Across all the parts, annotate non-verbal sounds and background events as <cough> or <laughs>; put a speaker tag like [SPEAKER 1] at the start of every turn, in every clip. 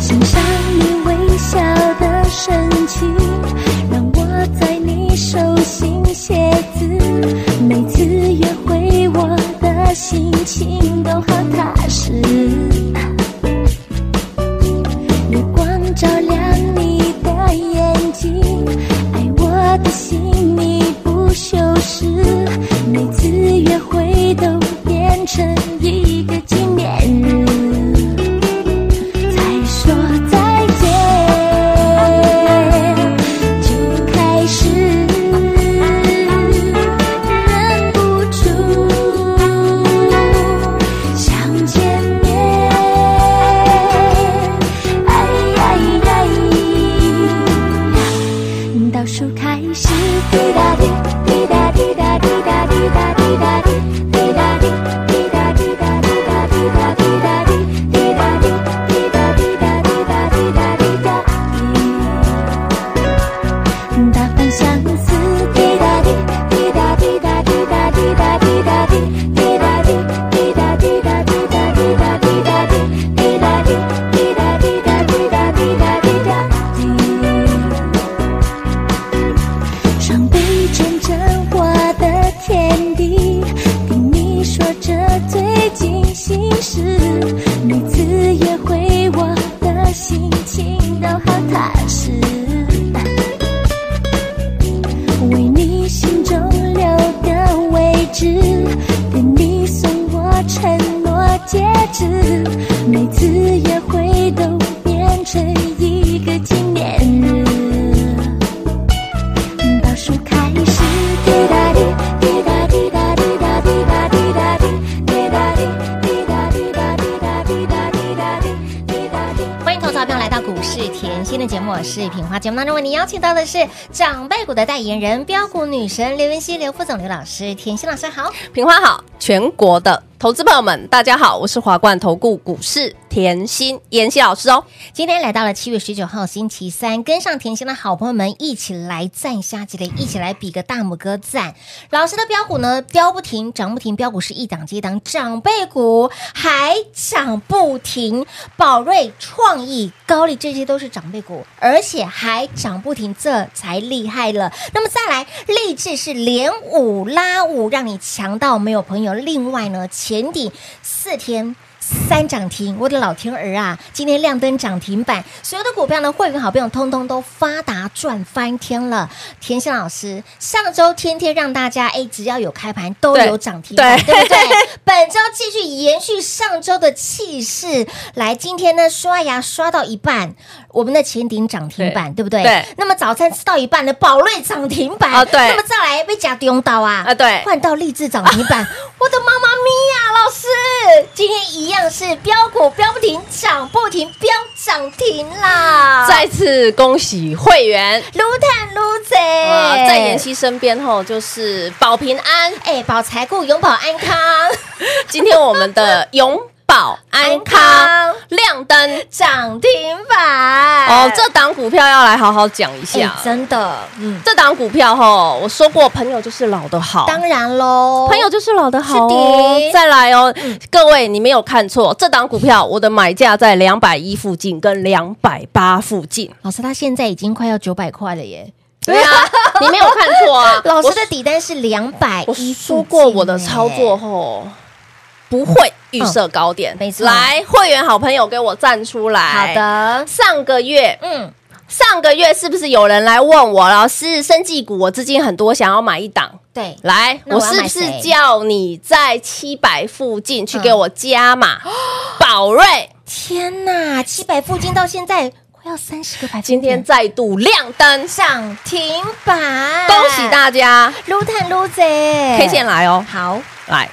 [SPEAKER 1] 欣赏你微笑的神情，让我在你手心写字。每次约会，我的心情都好踏实。月光照亮你的眼睛，爱我的心你不修饰。每次约会都变成一个纪念日。才说再见，就开始忍不住想见面。哎呀呀！倒数开始，滴答滴，滴答滴答滴答滴答滴答滴，滴答滴，滴答滴答滴答滴答滴答滴，滴答滴，滴答滴答滴答滴答滴答滴。大方相思，滴答滴，滴答滴答滴答滴答滴答滴，滴答滴，滴答滴答滴答滴答滴答滴，滴答滴，滴答滴答滴答滴答滴答滴。伤悲见证我的天地，听你说着最近心事，每次约会我的心情都好踏实。为你心中留个位置，对你送我承诺戒指，每次约会都变成一个纪念日。倒数开始，滴答滴，滴答滴答滴答滴答滴答滴，滴答滴，滴答滴答滴答滴答滴答滴，滴答滴。
[SPEAKER 2] 欢迎投资者朋友来到股市甜心的节目，我是品花。节目当中为您邀请到的是长辈股的代言人标股女神刘云熙、刘副总、刘老师。甜心老师好，
[SPEAKER 3] 平花好，全国的投资朋友们，大家好，我是华冠投顾股市甜心妍希老师哦。
[SPEAKER 2] 今天来到了七月十九号星期三，跟上甜心的好朋友们一起来赞下集的，一起来比个大拇哥赞。老师的标股呢，飙不停，涨不停，标股是一档接一档，长辈股还涨不停，宝瑞、创意、高丽这些都是长辈股，而且还涨不停，这才厉害了。那么再来，励志是连五拉五，让你强到没有朋友。另外呢，前顶四天。三涨停，我的老天儿啊！今天亮灯涨停板，所有的股票呢，会员好朋友通通都发达赚翻天了。田心老师上周天天让大家，哎，只要有开盘都
[SPEAKER 3] 对
[SPEAKER 2] 有涨停板，
[SPEAKER 3] 对
[SPEAKER 2] 对不对？ <laughs> 本周继续延续上周的气势，来，今天呢刷牙刷到一半，我们的前顶涨停板，对不对？
[SPEAKER 3] 对
[SPEAKER 2] 那么早餐吃到一半的宝瑞涨停板，
[SPEAKER 3] 啊对
[SPEAKER 2] 那么再来被假丢到啊，
[SPEAKER 3] 啊对
[SPEAKER 2] 换到励志涨停
[SPEAKER 3] <laughs>
[SPEAKER 2] 板，我的妈妈咪呀、老师，今天一样是标股标不停，涨不停，标涨停啦！
[SPEAKER 3] 再次恭喜会员，
[SPEAKER 2] 撸探撸贼
[SPEAKER 3] 哇，，在妍希身边后就是保平安。
[SPEAKER 2] 哎，保财库永保安康，
[SPEAKER 3] 今天我们的永保安康
[SPEAKER 2] 安康
[SPEAKER 3] 亮灯
[SPEAKER 2] 涨停板
[SPEAKER 3] 哦，这档股票要来好好讲一
[SPEAKER 2] 哎
[SPEAKER 3] 下。
[SPEAKER 2] 真的，嗯，
[SPEAKER 3] 这档股票吼，我说过，朋友就是老的好，
[SPEAKER 2] 当然喽，
[SPEAKER 3] 朋友就是老的好哦
[SPEAKER 2] 哦是的。嗯
[SPEAKER 3] 再来哦，各位你没有看错，这档股票我的买价在两百一附近跟两百八附近。
[SPEAKER 2] 老师他现在已经快要九百块了耶，
[SPEAKER 3] 对啊，你没有看错
[SPEAKER 2] <laughs>。
[SPEAKER 3] 啊
[SPEAKER 2] 老师
[SPEAKER 3] 我
[SPEAKER 2] 的底单是两百，
[SPEAKER 3] 我说过我的操作后不会预设高点，
[SPEAKER 2] 没错
[SPEAKER 3] 来，会员好朋友给我站出来。
[SPEAKER 2] 好。的，
[SPEAKER 3] 上个月，
[SPEAKER 2] 嗯，
[SPEAKER 3] 上个月是不是有人来问我，老师，生技股我资金很多，想要买一档，
[SPEAKER 2] 对，
[SPEAKER 3] 来，
[SPEAKER 2] 那我
[SPEAKER 3] 我
[SPEAKER 2] 要
[SPEAKER 3] 是
[SPEAKER 2] 买
[SPEAKER 3] 不
[SPEAKER 2] 谁嗯
[SPEAKER 3] 是
[SPEAKER 2] <gasps>
[SPEAKER 3] 叫你在七百附近去给我加码？宝瑞
[SPEAKER 2] 天哪，七百附近到现在快要三十个百分点，
[SPEAKER 3] 今天再度亮灯，
[SPEAKER 2] 涨停板，
[SPEAKER 3] 恭喜大家
[SPEAKER 2] 撸探撸贼
[SPEAKER 3] ！K 线来哦，
[SPEAKER 2] 好
[SPEAKER 3] 来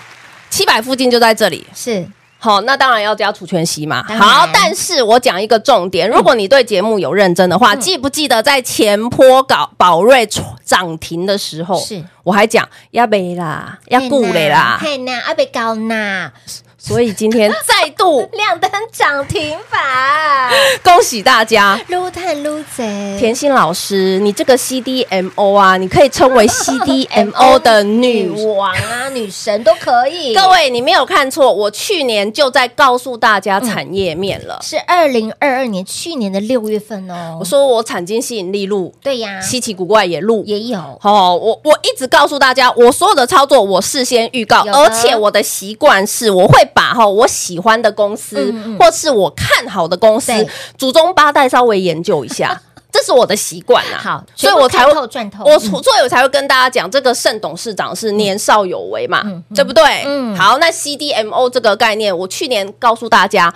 [SPEAKER 3] 七百附近就在这里。
[SPEAKER 2] 是
[SPEAKER 3] 好，那当然要加除权息嘛。
[SPEAKER 2] 当然
[SPEAKER 3] 好，但是我讲一个重点，如果你对节目有认真的
[SPEAKER 2] 嗯
[SPEAKER 3] 话，记不记得在前坡搞宝瑞涨停的时候，
[SPEAKER 2] 是
[SPEAKER 3] 我还讲要没啦，要顾嘞啦，
[SPEAKER 2] <laughs> 嘿呐，阿贝高呐，
[SPEAKER 3] 所以今天再
[SPEAKER 2] <laughs>
[SPEAKER 3] 度
[SPEAKER 2] 亮灯涨停 <laughs> 板，
[SPEAKER 3] 恭喜大家。
[SPEAKER 2] 撸探撸贼，
[SPEAKER 3] 甜心老师，你这个 CDMO 啊，你可以称为
[SPEAKER 2] <laughs>
[SPEAKER 3] CDMO 的女王。
[SPEAKER 2] 王啊，女神都可 <laughs> 以，
[SPEAKER 3] 各位，你没有看错，我去年就在告诉大家产业面了。
[SPEAKER 2] 是二零二二年去年的六月份哦，
[SPEAKER 3] 我说我产经吸引力录，
[SPEAKER 2] 对呀，
[SPEAKER 3] 稀奇古怪也录。
[SPEAKER 2] 嗯也有
[SPEAKER 3] 哦，我我一直告诉大家，我所有的操作我事先预告，
[SPEAKER 2] 有的
[SPEAKER 3] 而且我的习惯是，我会把哈我喜欢的公司，
[SPEAKER 2] 嗯嗯
[SPEAKER 3] 或是我看好的公司
[SPEAKER 2] 对，
[SPEAKER 3] 祖宗八代稍微研究一
[SPEAKER 2] <laughs>
[SPEAKER 3] 下，这是我的习惯啊。
[SPEAKER 2] 好，
[SPEAKER 3] 所以我才会
[SPEAKER 2] 全部看透赚透，
[SPEAKER 3] 我
[SPEAKER 2] 嗯
[SPEAKER 3] 所所以我才会跟大家讲，这个盛董事长是年少有为嘛，
[SPEAKER 2] 嗯嗯
[SPEAKER 3] 对不对？
[SPEAKER 2] 嗯
[SPEAKER 3] 好，那 CDMO 这个概念，我去年告诉大家，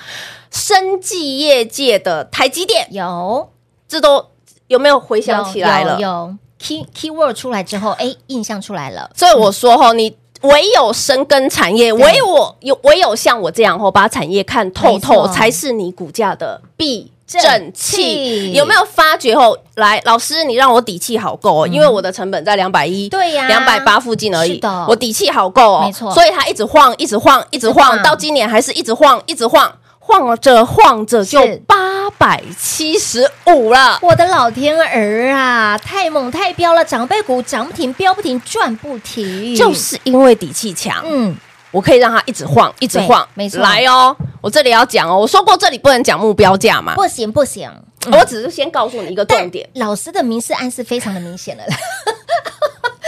[SPEAKER 3] 生技业界的台积电，
[SPEAKER 2] 有
[SPEAKER 3] 这都有没有回想起来了
[SPEAKER 2] 有？有 key keyword 出来之后，哎，印象出来了，
[SPEAKER 3] 所以我说吼，你唯有深耕产业，
[SPEAKER 2] 对
[SPEAKER 3] 唯我有唯有像我这样吼，把产业看透
[SPEAKER 2] 没错
[SPEAKER 3] 透，才是你股价的必
[SPEAKER 2] 正
[SPEAKER 3] 正
[SPEAKER 2] 气
[SPEAKER 3] 气。有没有发觉吼？来，老师，你让我底气好够
[SPEAKER 2] 嗯
[SPEAKER 3] 哦，因为我的成本在两百一，
[SPEAKER 2] 对呀
[SPEAKER 3] 两百八附近而
[SPEAKER 2] 啊是
[SPEAKER 3] 已
[SPEAKER 2] 的，
[SPEAKER 3] 我底气好够哦，
[SPEAKER 2] 没错
[SPEAKER 3] 所以它一直晃，一直晃，一直
[SPEAKER 2] 一直
[SPEAKER 3] 晃，
[SPEAKER 2] 晃
[SPEAKER 3] 到今年还是一直晃，一直晃。晃着晃着就是八百七十五了，
[SPEAKER 2] 我的老天儿啊，太猛太彪了，长辈股涨不停，飙不停，赚不停，
[SPEAKER 3] 就是因为底气强，
[SPEAKER 2] 嗯，
[SPEAKER 3] 我可以让它一直晃，一直晃，
[SPEAKER 2] 没错
[SPEAKER 3] 来哦，我这里要讲哦，我说过这里不能讲目标价嘛，
[SPEAKER 2] 不行不行，
[SPEAKER 3] 我只是先告诉你一个重点。
[SPEAKER 2] 老师的明示暗示非常的明显了啦。 <laughs>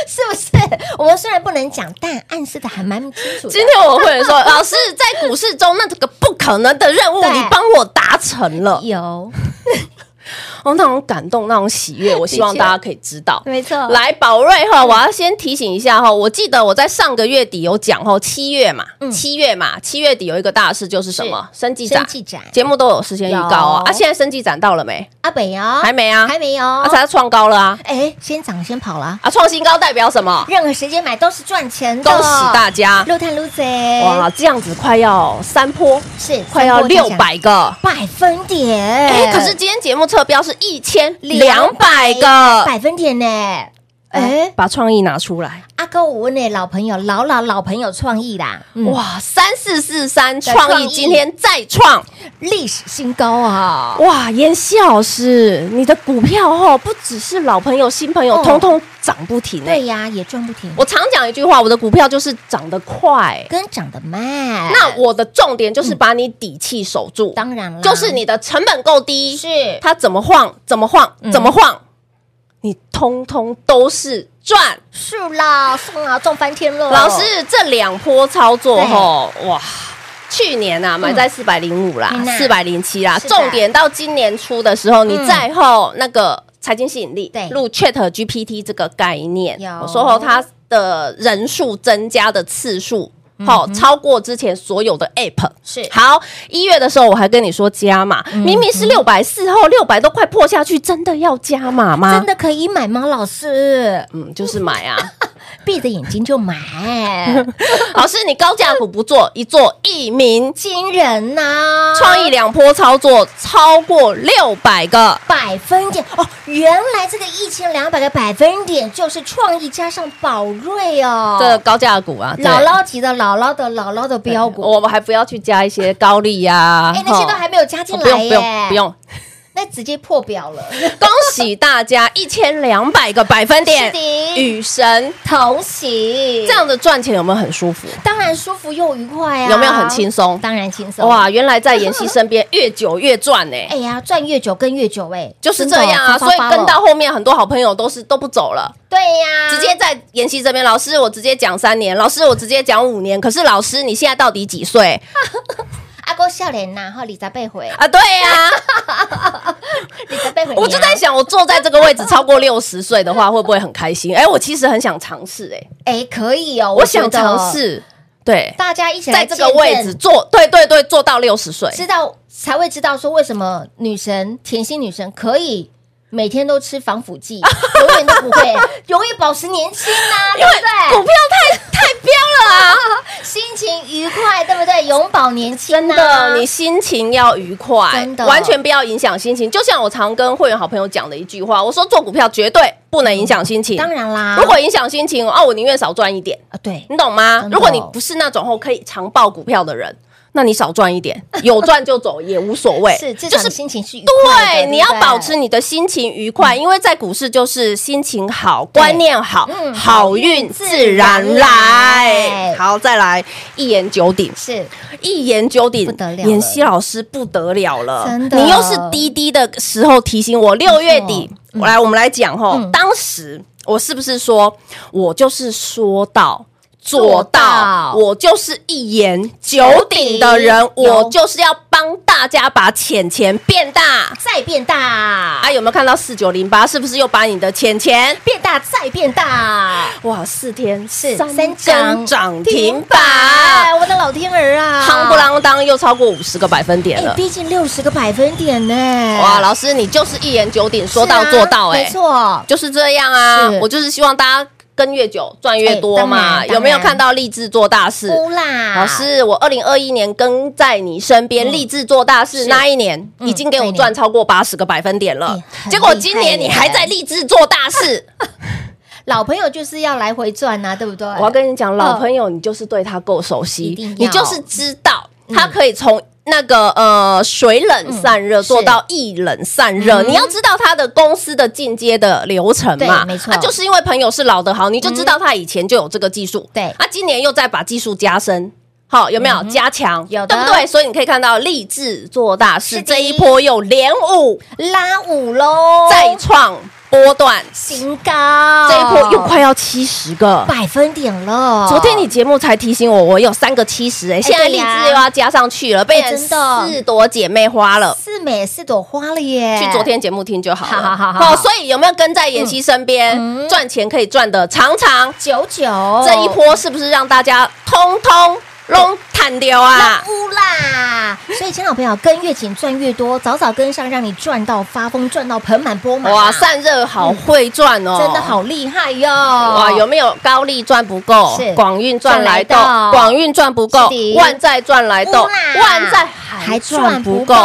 [SPEAKER 2] 是不是？我们虽然不能讲，但暗示的还蛮清楚的。
[SPEAKER 3] 今天我会员说，老师在股市中那这个不可能的任务，
[SPEAKER 2] 对嗯
[SPEAKER 3] 你帮我达成了，
[SPEAKER 2] 有，
[SPEAKER 3] 哦，那种感动，那种喜悦，我希望
[SPEAKER 2] 的确
[SPEAKER 3] 大家可以知道。
[SPEAKER 2] 没错，
[SPEAKER 3] 来宝瑞哈，我要先提醒一下哈，我记得我在上个月底有讲哈，七月嘛，
[SPEAKER 2] 嗯
[SPEAKER 3] 七月嘛，七月底有一个大事就是什么，生技展
[SPEAKER 2] 生，技展，
[SPEAKER 3] 节目都有事先预告哦。
[SPEAKER 2] 有
[SPEAKER 3] 啊，现在生技展到了没？
[SPEAKER 2] 阿北哦，
[SPEAKER 3] 还没啊，
[SPEAKER 2] 还哦没有，
[SPEAKER 3] 啊，才创高了啊！
[SPEAKER 2] 哎，先涨先跑了，
[SPEAKER 3] 啊，创新高代表什么？
[SPEAKER 2] 任何时间买都是赚钱的。
[SPEAKER 3] 恭喜大家！
[SPEAKER 2] 陆探陆贼，
[SPEAKER 3] 啊哇，这样子快要三波，
[SPEAKER 2] 是
[SPEAKER 3] 快要
[SPEAKER 2] 三波
[SPEAKER 3] 六
[SPEAKER 2] 加起来
[SPEAKER 3] 百个。
[SPEAKER 2] 百分点。
[SPEAKER 3] 哎，可是今天节目测标是一千两百个。
[SPEAKER 2] 百分点呢？
[SPEAKER 3] 哎
[SPEAKER 2] 哎，，
[SPEAKER 3] 把创意拿出来！
[SPEAKER 2] 阿哥我问呢，老朋友，老老老朋友创意啦，哇，
[SPEAKER 3] 哇，三四四三
[SPEAKER 2] 嗯再
[SPEAKER 3] 创
[SPEAKER 2] 创意
[SPEAKER 3] 意今天再创！
[SPEAKER 2] 历史新高啊！
[SPEAKER 3] 哇，妍希老师，你的股票哦，不只是老朋友、新朋友
[SPEAKER 2] 哦，
[SPEAKER 3] 通通涨不停。欸
[SPEAKER 2] 对，呀，也赚不停，
[SPEAKER 3] 我常讲一句话，我的股票就是涨得快。
[SPEAKER 2] 跟涨得慢。
[SPEAKER 3] 那我的重点就是把你底气守住。
[SPEAKER 2] 当然了，
[SPEAKER 3] 就是你的成本够低，
[SPEAKER 2] 是
[SPEAKER 3] 它怎么晃怎么晃
[SPEAKER 2] 嗯
[SPEAKER 3] 怎么晃，你通通都是赚。
[SPEAKER 2] 是啦，送啊，中翻天了。
[SPEAKER 3] <laughs> 老师，这两波操作
[SPEAKER 2] 对
[SPEAKER 3] 吼，哇！去年啊，买在四百零五啦
[SPEAKER 2] 嗯，
[SPEAKER 3] 四百零七啦。
[SPEAKER 2] 是的嗯
[SPEAKER 3] 重点到今年初的时候，你再后那个财经吸引力
[SPEAKER 2] 对
[SPEAKER 3] 录 Chat GPT 这个概念
[SPEAKER 2] 有，
[SPEAKER 3] 我说后它的人数增加的次数，吼超过之前所有的 App。
[SPEAKER 2] 嗯是嗯
[SPEAKER 3] 好，一月的时候我还跟你说加码，明明是六百四后六百都快破下去，真的要加码吗
[SPEAKER 2] 真？的可以买吗？老师，
[SPEAKER 3] 嗯，就是买啊。 <laughs>
[SPEAKER 2] 闭着眼睛就买，
[SPEAKER 3] 老师，你高价股不做，一做一名
[SPEAKER 2] 惊人呐！
[SPEAKER 3] 创意两波操作超过六百个，
[SPEAKER 2] 百分点哦，原来这个一千两百个百分点就是创意加上宝瑞哦，
[SPEAKER 3] 这高价股啊，对
[SPEAKER 2] 姥姥级的姥姥的姥姥的标股，
[SPEAKER 3] 我们还不要去加一些高利呀、
[SPEAKER 2] 哎，那些都
[SPEAKER 3] 吼
[SPEAKER 2] 还没有加进
[SPEAKER 3] 哦
[SPEAKER 2] 来
[SPEAKER 3] 不
[SPEAKER 2] 耶，
[SPEAKER 3] 用不用不，用，
[SPEAKER 2] 那直接破表
[SPEAKER 3] <laughs>
[SPEAKER 2] 了。 <laughs>
[SPEAKER 3] 恭喜大家一千两百个百分点
[SPEAKER 2] 是， <laughs> 的
[SPEAKER 3] 与神
[SPEAKER 2] 同喜，
[SPEAKER 3] 这样的赚钱有没有很舒服？
[SPEAKER 2] 当然舒服又愉快啊，
[SPEAKER 3] 有没有很轻？松？
[SPEAKER 2] 当然轻松
[SPEAKER 3] 哇，！原来在妍希身边越久越赚呢、欸
[SPEAKER 2] <laughs> 哎呀，赚越久跟越久，哎，
[SPEAKER 3] 就是
[SPEAKER 2] 真的
[SPEAKER 3] 这样啊，
[SPEAKER 2] 发
[SPEAKER 3] 所以
[SPEAKER 2] 发
[SPEAKER 3] 跟到
[SPEAKER 2] 了
[SPEAKER 3] 后面很多好朋友都是都不走了，
[SPEAKER 2] 对呀，
[SPEAKER 3] 直接在妍希这边，老师我直接讲三年，老师我直接讲五年，可是老师你现在到底几岁
[SPEAKER 2] 阿哥笑脸呐，哈，李泽贝回，
[SPEAKER 3] 啊？对呀、
[SPEAKER 2] 李泽贝回，啊
[SPEAKER 3] 我就在想，我坐在这个位置超过六十岁的话，会不会很开心？哎，我其实很想尝试，哎，
[SPEAKER 2] 哎，可以哦，
[SPEAKER 3] 我想
[SPEAKER 2] 觉得
[SPEAKER 3] 尝，试，对，
[SPEAKER 2] 大家一起来
[SPEAKER 3] 在这个位
[SPEAKER 2] 见
[SPEAKER 3] 置
[SPEAKER 2] 证
[SPEAKER 3] 做，对对对，做到六十岁，
[SPEAKER 2] 知道才会知道说为什么女神甜心女神可以每天都吃防腐 <laughs> 剂，永远都不 <laughs> 会，容易保持年轻呐、 <laughs> 对
[SPEAKER 3] 股
[SPEAKER 2] 不
[SPEAKER 3] 票太太彪了啊！
[SPEAKER 2] 对？心情愉快，对不对？永葆年轻啊
[SPEAKER 3] 真
[SPEAKER 2] 呐、
[SPEAKER 3] 的，你心情要愉快，
[SPEAKER 2] 真的
[SPEAKER 3] 完全不要影响心情。就像我常跟会员好朋友讲的一句话，我说做股票绝对不能影响心情。
[SPEAKER 2] 当然啊啦，
[SPEAKER 3] 如果影响心情，哦、我宁愿少赚一点，
[SPEAKER 2] 啊对，
[SPEAKER 3] 你懂吗
[SPEAKER 2] 真？的
[SPEAKER 3] 如果你不是那种后可以常报股票的人，那你少赚
[SPEAKER 2] <laughs>
[SPEAKER 3] 一点，有赚就走也无所谓。
[SPEAKER 2] 是至
[SPEAKER 3] 就
[SPEAKER 2] 少你
[SPEAKER 3] 是
[SPEAKER 2] 心情是愉快的
[SPEAKER 3] 对，
[SPEAKER 2] 不
[SPEAKER 3] 你要保持你的心情愉快，因为在股市就是心情好，观念好，
[SPEAKER 2] 嗯
[SPEAKER 3] 好运自然
[SPEAKER 2] 来
[SPEAKER 3] 来。好，再来一言九鼎，
[SPEAKER 2] 是
[SPEAKER 3] 一言九鼎，
[SPEAKER 2] 不得了了
[SPEAKER 3] 妍希老师不得了了，
[SPEAKER 2] 真的
[SPEAKER 3] 你又是滴滴的时候提醒我，六月底，
[SPEAKER 2] 嗯
[SPEAKER 3] 来我们来讲吼，
[SPEAKER 2] 嗯
[SPEAKER 3] 当时我是不是说我就是说到。做
[SPEAKER 2] 做到
[SPEAKER 3] 到，我就是一言九鼎的人
[SPEAKER 2] 九，鼎有
[SPEAKER 3] 我就是要帮大家把钱钱变大。
[SPEAKER 2] 再变大，
[SPEAKER 3] 啊，有没有看到四九零八？是不是又把你的钱钱
[SPEAKER 2] 变大再变大，
[SPEAKER 3] 哇？四天
[SPEAKER 2] 是
[SPEAKER 3] 三根涨停板，
[SPEAKER 2] 哎我的老天儿啊，
[SPEAKER 3] 夯不啷当又超过五十个百分点
[SPEAKER 2] 哎，
[SPEAKER 3] 了。
[SPEAKER 2] 逼近六十个百分点呢、
[SPEAKER 3] 哇，老师，你就是一言九鼎，说到
[SPEAKER 2] 哎是啊
[SPEAKER 3] 做到、哎、
[SPEAKER 2] 没，错，
[SPEAKER 3] 就是这样啊
[SPEAKER 2] 是。
[SPEAKER 3] 我就是希望大家跟越久赚越
[SPEAKER 2] 哎
[SPEAKER 3] 多
[SPEAKER 2] 当然
[SPEAKER 3] 嘛。
[SPEAKER 2] 当然
[SPEAKER 3] 有没有看到励志做大事？
[SPEAKER 2] 哭啦，
[SPEAKER 3] 老师，我二零二一年跟在你身边，立志做大事那一年，
[SPEAKER 2] 嗯
[SPEAKER 3] 已经给
[SPEAKER 2] 那一
[SPEAKER 3] 我
[SPEAKER 2] 年
[SPEAKER 3] 赚超过八十个百分点了
[SPEAKER 2] 哎很。
[SPEAKER 3] 结果今年你还在立志做大事，
[SPEAKER 2] 老朋友就是要来回转啊呐、对不对？
[SPEAKER 3] 我要跟你讲，老
[SPEAKER 2] 嗯
[SPEAKER 3] 朋友，你就是对他够熟
[SPEAKER 2] 一
[SPEAKER 3] 悉
[SPEAKER 2] 定要，
[SPEAKER 3] 你就是知道他可以从那个呃水冷散热
[SPEAKER 2] 是
[SPEAKER 3] 做到一冷散热，
[SPEAKER 2] 嗯
[SPEAKER 3] 你要知道他的公司的进阶的流程
[SPEAKER 2] 对
[SPEAKER 3] 嘛，
[SPEAKER 2] 没错
[SPEAKER 3] 啊，就是因为朋友是老的好，你就知道他以前就有这个技术，
[SPEAKER 2] 嗯对嗯
[SPEAKER 3] 啊，今年又再把技术加深。好，有没有加强？
[SPEAKER 2] 有的
[SPEAKER 3] 对不对？所以你可以看到立志做大
[SPEAKER 2] 是
[SPEAKER 3] 事
[SPEAKER 2] 的
[SPEAKER 3] 这一波又连五
[SPEAKER 2] 拉五喽，
[SPEAKER 3] 再创波段，
[SPEAKER 2] 新高，
[SPEAKER 3] 这一波又快要七十个，
[SPEAKER 2] 百分点了。
[SPEAKER 3] 昨天你节目才提醒我，我有三个七十哎，现在
[SPEAKER 2] 对
[SPEAKER 3] 荔
[SPEAKER 2] 呀
[SPEAKER 3] 枝又要加上去了，被人
[SPEAKER 2] 哎真的
[SPEAKER 3] 四朵姐妹花了。
[SPEAKER 2] 四美四朵花了耶，
[SPEAKER 3] 去昨天节目听就好了，
[SPEAKER 2] 好好好好
[SPEAKER 3] 哦所以有没有跟在妍希身边
[SPEAKER 2] 嗯哦嗯
[SPEAKER 3] 赚钱可以赚的长长？
[SPEAKER 2] 九九
[SPEAKER 3] 这一波是不是让大家通通拢探掉啊？
[SPEAKER 2] 乌啦，所以亲老朋友跟越紧赚越多，早早跟上，让你赚到发疯，赚到盆满钵满啊。
[SPEAKER 3] 哇，散热好会赚哦，
[SPEAKER 2] 真的好厉害哟！
[SPEAKER 3] 哇，
[SPEAKER 2] 哇
[SPEAKER 3] 有没有高利赚不够
[SPEAKER 2] 是？
[SPEAKER 3] 广运赚来斗
[SPEAKER 2] 赚来斗，
[SPEAKER 3] 广运赚不够
[SPEAKER 2] 是的，
[SPEAKER 3] 万债赚来斗，
[SPEAKER 2] 乌啦
[SPEAKER 3] 万债
[SPEAKER 2] 还
[SPEAKER 3] 还
[SPEAKER 2] 赚
[SPEAKER 3] 赚
[SPEAKER 2] 不
[SPEAKER 3] 不
[SPEAKER 2] 够
[SPEAKER 3] 够，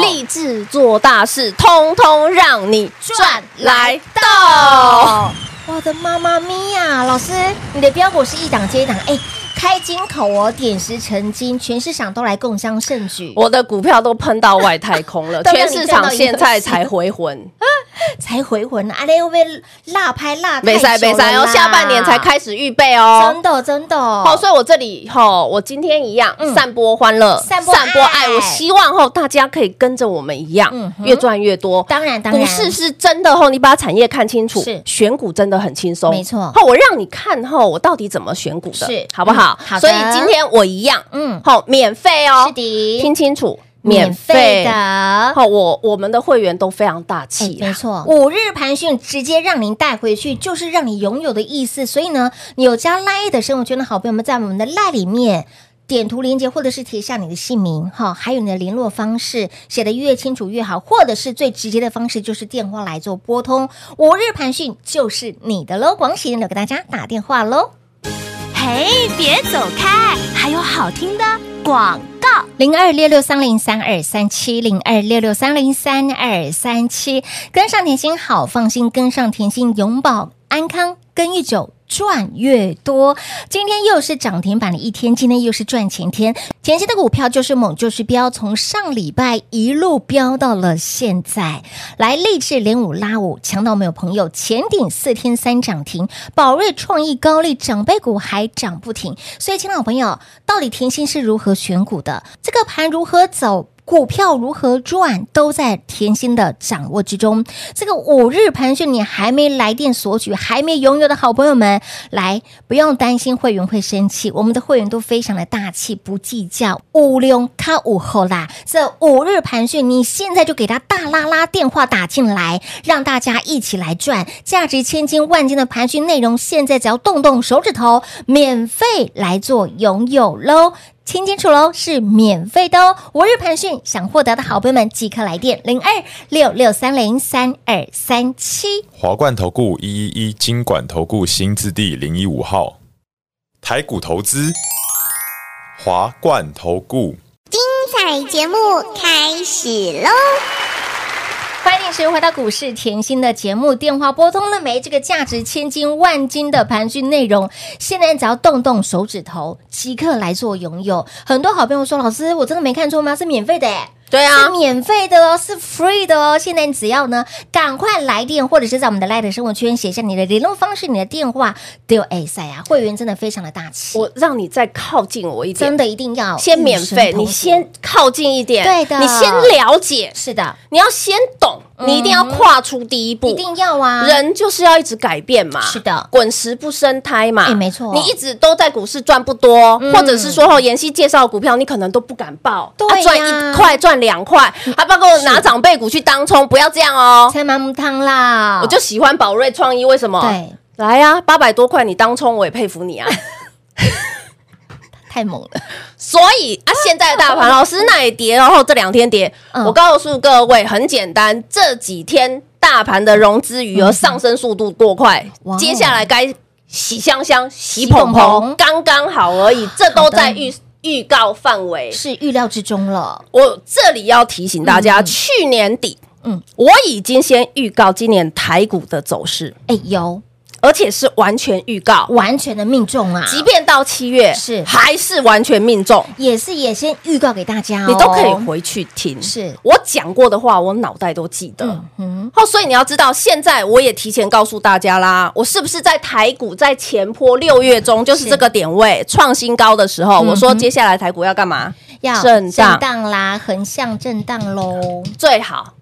[SPEAKER 3] 立志做大事，通通让你赚来斗。
[SPEAKER 2] 哦，我的妈妈咪呀、老师，你的标股是一档接一档，哎，开金口哦，点石成金，全市场都来共襄盛举，
[SPEAKER 3] 我的股票都喷到外太
[SPEAKER 2] <laughs>
[SPEAKER 3] 空了，
[SPEAKER 2] 都让
[SPEAKER 3] 全
[SPEAKER 2] 你
[SPEAKER 3] 市
[SPEAKER 2] 赚到
[SPEAKER 3] 场
[SPEAKER 2] 一个
[SPEAKER 3] 现在才回魂，
[SPEAKER 2] 才回魂啊！嘞，会不会辣拍辣 <laughs> 太
[SPEAKER 3] 没
[SPEAKER 2] 久了啦？
[SPEAKER 3] 赛没赛哦，下半年才开始预备哦
[SPEAKER 2] 真。的真的
[SPEAKER 3] 好，所以我这里吼，我今天一样
[SPEAKER 2] 嗯
[SPEAKER 3] 散播欢乐，
[SPEAKER 2] 散播爱
[SPEAKER 3] 我希望吼大家可以跟着我们一
[SPEAKER 2] 嗯
[SPEAKER 3] 样，
[SPEAKER 2] 哼
[SPEAKER 3] 越赚越多。
[SPEAKER 2] 当然当然，
[SPEAKER 3] 股市是真的吼，你把产业看清楚
[SPEAKER 2] 是，
[SPEAKER 3] 选股真的很轻松，
[SPEAKER 2] 没错
[SPEAKER 3] 吼，我让你看吼，我到底怎么选股的，
[SPEAKER 2] 是
[SPEAKER 3] 好不好
[SPEAKER 2] 嗯？好的
[SPEAKER 3] 所以今天我一样，
[SPEAKER 2] 嗯
[SPEAKER 3] 吼，免费哦，
[SPEAKER 2] 是的
[SPEAKER 3] 听清楚，
[SPEAKER 2] 免费。的。
[SPEAKER 3] 好，我我们的会员都非常大气
[SPEAKER 2] 哎
[SPEAKER 3] 啊，
[SPEAKER 2] 没错，嗯五日盘讯直接让您带回去，就是让你拥有的意思。所以呢，你有加赖的生活圈的好朋友们，在我们的赖里面。点图连接，或者是贴下你的姓名哈，还有你的联络方式，写的越清楚越好，或者是最直接的方式就是电话来做拨通。五日盘讯就是你的喽，广喜留给大家打电话喽。
[SPEAKER 4] 嘿，别走开，还有好听的广告。
[SPEAKER 2] 零二六六三零三二三七零二六六三零三二三七，跟上甜心好放心，跟上甜心永保安康，跟越久赚越多。今天又是涨停板的一天，今天又是赚钱天，甜心的股票就是猛就是飙，从上礼拜一路飙到了现在，来励志连五拉五，强到没有朋友，前顶四天三涨停，宝瑞、创意、高丽、长辈股还涨不停，所以，亲老朋友，到底甜心是如何选股的？这个盘如何走？股票如何赚，都在甜心的掌握之中。这个五日盘是你还没来电索取、还没拥有的好朋友们，来不用担心会员会生气，我们的会员都非常的大气，不计较，五六卡五后啦。这五日盘讯，你现在就给他大拉拉电话打进来，让大家一起来赚价值千金万金的盘讯内容。现在只要动动手指头，免费来做拥有喽！听清楚喽，是免费的哦！五日盘讯，想获得的好朋友们即刻来电零二六六三零三二三七。
[SPEAKER 5] 华冠投顾一一一金管投顾新字第零一五号，台股投资，华冠投顾。
[SPEAKER 6] 彩节目开始喽！
[SPEAKER 2] 欢迎您回到股市甜心的节目，电话拨通了没？这个价值千金万金的盘讯内容，现在只要动动手指头，即刻来做拥有。很多好朋友说：“老师，我真的没看错吗？是免费的诶
[SPEAKER 3] 对啊
[SPEAKER 2] 是，免费的哦，是 free 的哦。现在你只要呢，赶快来电，或者是在我们的 l i g h 生活圈写下你的联络方式、你的电话，丢哎塞啊！会员真的非常的大气，
[SPEAKER 3] 我让你再靠近我一点
[SPEAKER 2] 真，的一定要
[SPEAKER 3] 先免费，你先靠近一点，
[SPEAKER 2] 对的
[SPEAKER 3] 你先了解，
[SPEAKER 2] 是的，
[SPEAKER 3] 你要先懂，你一定要跨出第一步，
[SPEAKER 2] 一定要啊，
[SPEAKER 3] 人就是要一直改变嘛，
[SPEAKER 2] 是的
[SPEAKER 3] 滚石不生胎嘛，
[SPEAKER 2] 哎没错嗯
[SPEAKER 3] 你一直都在股市赚不多，或者是说哦，妍希介绍的股票你可能都不敢报，
[SPEAKER 2] 对
[SPEAKER 3] 啊
[SPEAKER 2] 呀
[SPEAKER 3] 赚一块赚两块，还包括拿长辈股去当冲，不要这样哦。
[SPEAKER 2] 才麻木汤啦，
[SPEAKER 3] 我就喜欢宝瑞创意，为什么？
[SPEAKER 2] 对，
[SPEAKER 3] 来呀、啊，八百多块你当冲，我也佩服
[SPEAKER 2] <laughs>
[SPEAKER 3] 你啊。
[SPEAKER 2] 太猛了。
[SPEAKER 3] 所以啊，现在大盘老师那也跌，然后这两天跌。
[SPEAKER 2] 嗯
[SPEAKER 3] 我告诉各位，很简单，这几天大盘的融资余额上升速度过快，
[SPEAKER 2] 嗯哇哦
[SPEAKER 3] 接下来该洗香香、洗
[SPEAKER 2] 洗捧
[SPEAKER 3] 捧
[SPEAKER 2] 捧
[SPEAKER 3] 捧，刚刚好而已，这都在预预告范围。
[SPEAKER 2] 是预料之中了。
[SPEAKER 3] 我这里要提醒大家，去年底，
[SPEAKER 2] 嗯
[SPEAKER 3] 嗯，我已经先预告今年台股的走势，
[SPEAKER 2] 哎有
[SPEAKER 3] 而且是完全预告，
[SPEAKER 2] 完全的命中啊，
[SPEAKER 3] 即便到七月
[SPEAKER 2] 是
[SPEAKER 3] 还是完全命中。
[SPEAKER 2] 也是也先预告给大家、哦，
[SPEAKER 3] 你都可以回去听。
[SPEAKER 2] 是
[SPEAKER 3] 我讲过的话，我脑袋都记得。
[SPEAKER 2] 嗯，
[SPEAKER 3] 哦，所以你要知道，现在我也提前告诉大家啦，我是不是在台股在前坡六月中，就是
[SPEAKER 2] 是嗯
[SPEAKER 3] 这个点位创新高的时候，我说接下来台股要干嘛？
[SPEAKER 2] 要
[SPEAKER 3] 震荡
[SPEAKER 2] 啦，横向震荡喽。
[SPEAKER 3] 最好。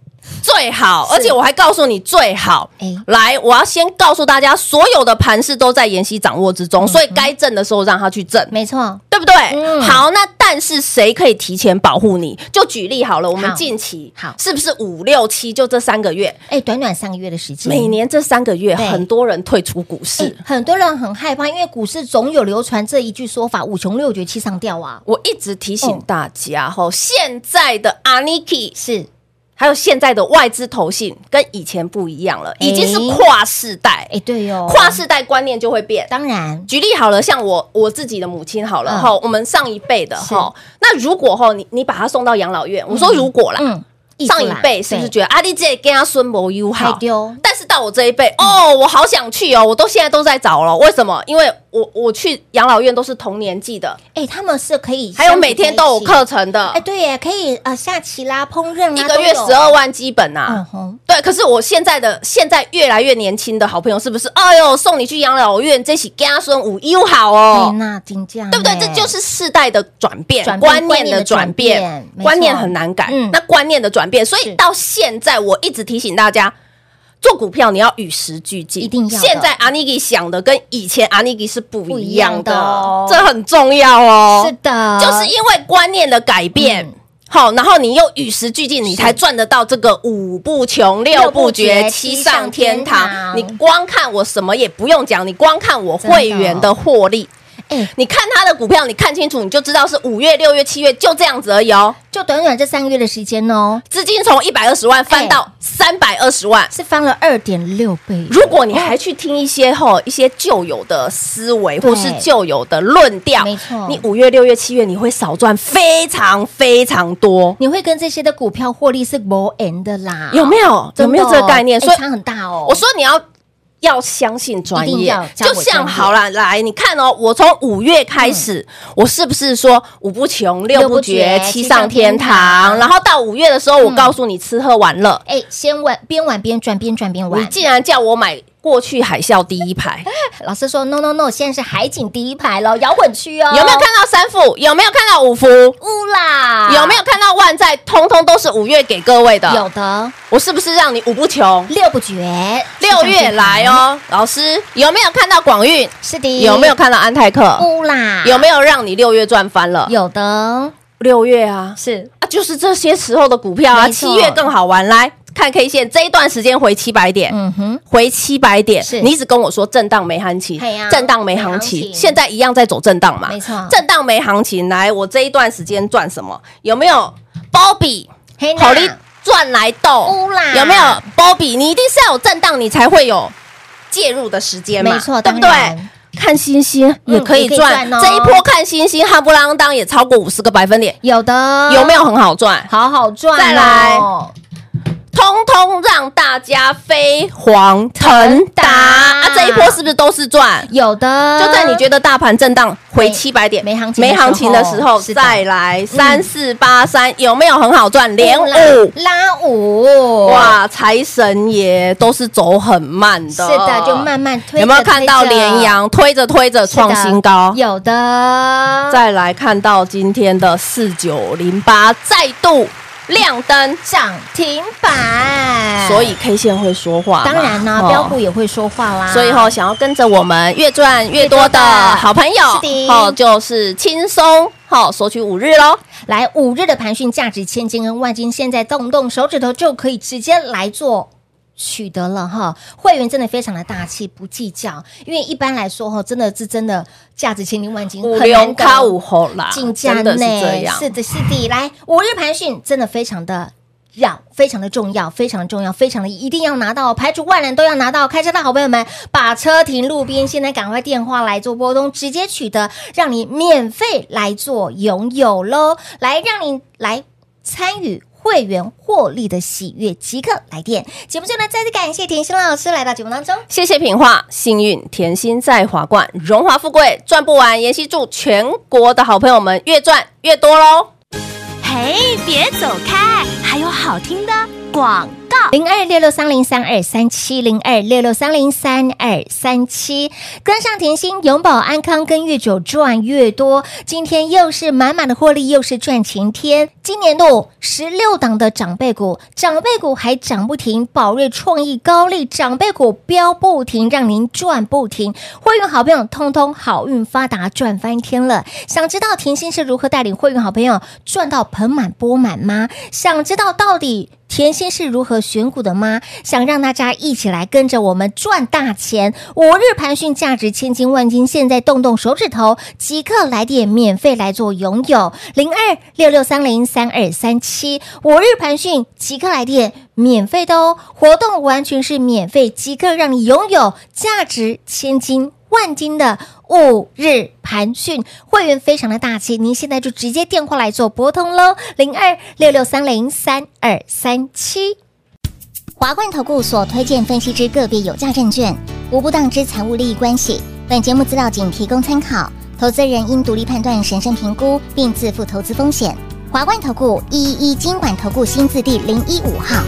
[SPEAKER 3] 最好，而且我还告诉你最好。
[SPEAKER 2] 哎
[SPEAKER 3] 来，我要先告诉大家，所有的盘势都在妍希掌握之
[SPEAKER 2] 嗯
[SPEAKER 3] 中，所以该震的时候让它去震。
[SPEAKER 2] 没错，
[SPEAKER 3] 对不对？
[SPEAKER 2] 嗯
[SPEAKER 3] 好，那但是谁可以提前保护你？就举例好了，我们
[SPEAKER 2] 好
[SPEAKER 3] 近期
[SPEAKER 2] 好
[SPEAKER 3] 是不是五六七就这三个月？
[SPEAKER 2] 哎，短短三个月的时间，
[SPEAKER 3] 每年这三个月，
[SPEAKER 2] 对
[SPEAKER 3] 很多人退出股市
[SPEAKER 2] 哎。很多人很害怕，因为股市总有流传这一句说法：五穷六绝七上吊啊。
[SPEAKER 3] 我一直提醒大家，吼、现在的 Aniki
[SPEAKER 2] 嗯是，
[SPEAKER 3] 还有现在的外资投信跟以前不一样了，已经是跨世代，
[SPEAKER 2] 哎，对哦，
[SPEAKER 3] 跨世代观念就会变。
[SPEAKER 2] 当然
[SPEAKER 3] 举例好了，像我我自己的母亲好了
[SPEAKER 2] 嗯
[SPEAKER 3] 哈、吼我们上一辈的
[SPEAKER 2] 是
[SPEAKER 3] 哈，吼那如果哈你你把她送到养老院，我说如果啦，
[SPEAKER 2] 嗯，艺术啦
[SPEAKER 3] 上一辈是不是
[SPEAKER 2] 对
[SPEAKER 3] 觉得阿弟这跟他孙某友
[SPEAKER 2] 太
[SPEAKER 3] 好？
[SPEAKER 2] 丢？
[SPEAKER 3] 但是到我这一辈，哦，我好想去哦，我都现在都在找了。为什么？因为我我去养老院都是同年纪的，
[SPEAKER 2] 哎，他们是可以，
[SPEAKER 3] 还有每天都有。课程的
[SPEAKER 2] 哎，，对耶，可以呃下棋啦、烹饪啦，
[SPEAKER 3] 一个月
[SPEAKER 2] 哎都有啊
[SPEAKER 3] 十，二万基本啊呐
[SPEAKER 2] 嗯。哼，
[SPEAKER 3] 对，可是我现在的现在越来越年轻的好朋友，是不是？哎呦，送你去养老院，这起家孙五友好
[SPEAKER 2] 哎
[SPEAKER 3] 哦，
[SPEAKER 2] 那金价，
[SPEAKER 3] 对不对？这就是世代的转变，
[SPEAKER 2] 嗯转变
[SPEAKER 3] 观
[SPEAKER 2] 观
[SPEAKER 3] 念的转
[SPEAKER 2] 念的转
[SPEAKER 3] 变
[SPEAKER 2] 变没，错
[SPEAKER 3] 观念很难改
[SPEAKER 2] 嗯。
[SPEAKER 3] 那观念的转变，所
[SPEAKER 2] 是
[SPEAKER 3] 以到现在我一直提醒大家。做股票你要与时俱进，
[SPEAKER 2] 一定要的
[SPEAKER 3] 现在阿尼基想的跟以前阿尼基是不一样
[SPEAKER 2] 不一样的
[SPEAKER 3] 的，
[SPEAKER 2] 哦
[SPEAKER 3] 这很重要哦。
[SPEAKER 2] 是的，
[SPEAKER 3] 就是因为观念的改变
[SPEAKER 2] 嗯，
[SPEAKER 3] 好、然后你又与时俱进，你才赚得到这个五不穷、六不
[SPEAKER 2] 六不
[SPEAKER 3] 绝、
[SPEAKER 2] 绝
[SPEAKER 3] 七上天
[SPEAKER 2] 七上
[SPEAKER 3] 堂。你
[SPEAKER 2] 天堂
[SPEAKER 3] 光看我什么也不用讲，你光看我
[SPEAKER 2] 真的
[SPEAKER 3] 会员的获利。
[SPEAKER 2] 哎
[SPEAKER 3] 你看他的哦股票，你看清楚，你就知道是五月、六月、七月就这样子而已哦。
[SPEAKER 2] 就短短这三个月的时间哦，
[SPEAKER 3] 资金从一百二十万翻到三百二十万。
[SPEAKER 2] 是翻了二点六倍。
[SPEAKER 3] 如果你还去听一些吼一些旧有的思维
[SPEAKER 2] 对
[SPEAKER 3] 或是旧有的论调，
[SPEAKER 2] 没错
[SPEAKER 3] 你五月、六月、七月你会少赚非常非常多，
[SPEAKER 2] 你会跟这些的股票获利是无end 的啦，
[SPEAKER 3] 有没有？有
[SPEAKER 2] 真的哦
[SPEAKER 3] 没有这个概念？
[SPEAKER 2] 哎
[SPEAKER 3] 所以
[SPEAKER 2] 差很大哦。
[SPEAKER 3] 我说你要要相信专
[SPEAKER 2] 一定
[SPEAKER 3] 业
[SPEAKER 2] 要，加我
[SPEAKER 3] 就
[SPEAKER 2] 专业
[SPEAKER 3] 像好了，来你看哦，我从五月开始，我是不是说五不穷
[SPEAKER 2] 嗯六
[SPEAKER 3] 六
[SPEAKER 2] 不
[SPEAKER 3] 不
[SPEAKER 2] 绝
[SPEAKER 3] 绝
[SPEAKER 2] 七
[SPEAKER 3] 七
[SPEAKER 2] 上
[SPEAKER 3] 上
[SPEAKER 2] 天
[SPEAKER 3] 天
[SPEAKER 2] 堂嗯
[SPEAKER 3] 堂？然后到五月的时候，我告诉你吃喝玩乐，
[SPEAKER 2] 哎，先玩边玩边赚，边赚边
[SPEAKER 3] 你
[SPEAKER 2] 玩，
[SPEAKER 3] 竟然叫我买。过去海啸第一排，
[SPEAKER 2] 老师说 no no no，现在是海景第一排喽，摇滚区哦，
[SPEAKER 3] 有没有看到三副？有没有看到五福？
[SPEAKER 2] 乌啦？
[SPEAKER 3] 有没有看到万载？通通都是五月给各位的。
[SPEAKER 2] 啊有，的
[SPEAKER 3] 我是不是让你五不穷？
[SPEAKER 2] 六不绝，
[SPEAKER 3] 六月来哦，老师有没有看到广运？
[SPEAKER 2] 是的，
[SPEAKER 3] 有没有看到安泰克？
[SPEAKER 2] 乌啦？
[SPEAKER 3] 有没有让你六月赚翻了？
[SPEAKER 2] 有的
[SPEAKER 3] 六月啊，
[SPEAKER 2] 是
[SPEAKER 3] 啊，就是这些时候的股票啊，
[SPEAKER 2] 没错
[SPEAKER 3] 七月更好玩。来看 K 线，这一段时间回七百点，
[SPEAKER 2] 嗯哼，
[SPEAKER 3] 回七百点
[SPEAKER 2] 是，
[SPEAKER 3] 你一直跟我说震荡没行情
[SPEAKER 2] 嘿呀，
[SPEAKER 3] 震荡没行
[SPEAKER 2] 没行
[SPEAKER 3] 情，
[SPEAKER 2] 情
[SPEAKER 3] 现在一样在走震荡嘛，
[SPEAKER 2] 没错
[SPEAKER 3] 震荡没行情。来，我这一段时间赚什么？有没有包比
[SPEAKER 2] 黑
[SPEAKER 3] 好利赚来斗
[SPEAKER 2] 乌啦？
[SPEAKER 3] 有没有包比？你一定是要有震荡，你才会有介入的时间嘛，
[SPEAKER 2] 没错
[SPEAKER 3] 对不
[SPEAKER 2] 当
[SPEAKER 3] 对
[SPEAKER 2] 然？
[SPEAKER 3] 看星星也可以
[SPEAKER 2] 也可以
[SPEAKER 3] 赚，
[SPEAKER 2] 赚哦
[SPEAKER 3] 这一波看星星，夯不啷当也超过五十个百分点，
[SPEAKER 2] 有的
[SPEAKER 3] 有没有很好赚？
[SPEAKER 2] 好好赚哦？
[SPEAKER 3] 再来通通让大家飞黄腾达啊！这一波是不是都是赚？
[SPEAKER 2] 有的，
[SPEAKER 3] 就在你觉得大盘震荡回
[SPEAKER 2] 呃没
[SPEAKER 3] 七百点
[SPEAKER 2] 没行情的
[SPEAKER 3] 没行情的时候，
[SPEAKER 2] 时候是的嗯
[SPEAKER 3] 再来三四八三有没有很好赚？连五
[SPEAKER 2] 拉五，
[SPEAKER 3] 哇，财神爷都是走很慢的，
[SPEAKER 2] 是的，就慢慢推着。
[SPEAKER 3] 有没有看到
[SPEAKER 2] 推着
[SPEAKER 3] 连阳推着推着
[SPEAKER 2] 是的
[SPEAKER 3] 创新高？
[SPEAKER 2] 有的，
[SPEAKER 3] 再来看到今天的四九零八再度亮灯，
[SPEAKER 2] 涨停板。
[SPEAKER 3] 所以 K 线会说话嘛，
[SPEAKER 2] 哎当然呢，
[SPEAKER 3] 哦
[SPEAKER 2] 标啊股也会说话啦。
[SPEAKER 3] 所以哈、想要跟着我们越赚越多的好朋
[SPEAKER 2] 是，
[SPEAKER 3] 友
[SPEAKER 2] 的
[SPEAKER 3] 哦，就是轻松哦，索取五日喽。
[SPEAKER 2] 来五日的盘讯，价值千金跟万金，现在动动手指头就可以直接来做。取得了哈，会员真的非常的大气，不计较，因为一般来说哈，真的是真的价值千金万金，很难得
[SPEAKER 3] 卡五猴啦，
[SPEAKER 2] 竞价
[SPEAKER 3] 真
[SPEAKER 2] 呢
[SPEAKER 3] 的是这样。
[SPEAKER 2] 是的，是的。来，五日盘讯真的非常的要，非常的重要，非常重要，非常的一定要拿到，排除万难都要拿到。开车的好朋友们，把车停路边，现在赶快电话来做拨通，直接取得，让你免费来做拥有喽，来让你来参与。会员获利的喜悦，即刻来电。节目最后呢，再次感谢甜心老师来到节目当中。
[SPEAKER 3] 谢谢品画，幸运甜心在华冠，荣华富贵赚不完。妍希祝全国的好朋友们越赚越多喽！
[SPEAKER 4] 嘿，别走开，还有好听的广告。
[SPEAKER 2] 零二六六三零三二三七零二六六三零三二三七，跟上甜心，永保安康，跟越久赚越多。今天又是满满的获利，又是赚钱天。今年度十六档的长辈股，长辈股还涨不停，宝瑞、创意、高丽长辈股飙不停，让您赚不停。会员好朋友通通好运发达，赚翻天了。想知道甜心是如何带领会员好朋友赚到盆满钵满吗？想知道到底？甜心是如何选股的吗？想让大家一起来跟着我们赚大钱！五日盘讯价值千金万金，现在动动手指头，即刻来电免费来做拥有零二六六三零三二三七五日盘讯即刻来电免费的哦，活动完全是免费，即刻让你拥有价值千金万金的五日盘讯，会员非常的大气，您现在就直接电话来做拨通喽，零二六六三零三二三七。
[SPEAKER 6] 华冠投顾所推荐分析之个别有价证券，无不当之财务利益关系。本节目资料仅提供参考，投资人应独立判断、审慎评估，并自负投资风险。华冠投顾一一一金管投顾新字第零一五号。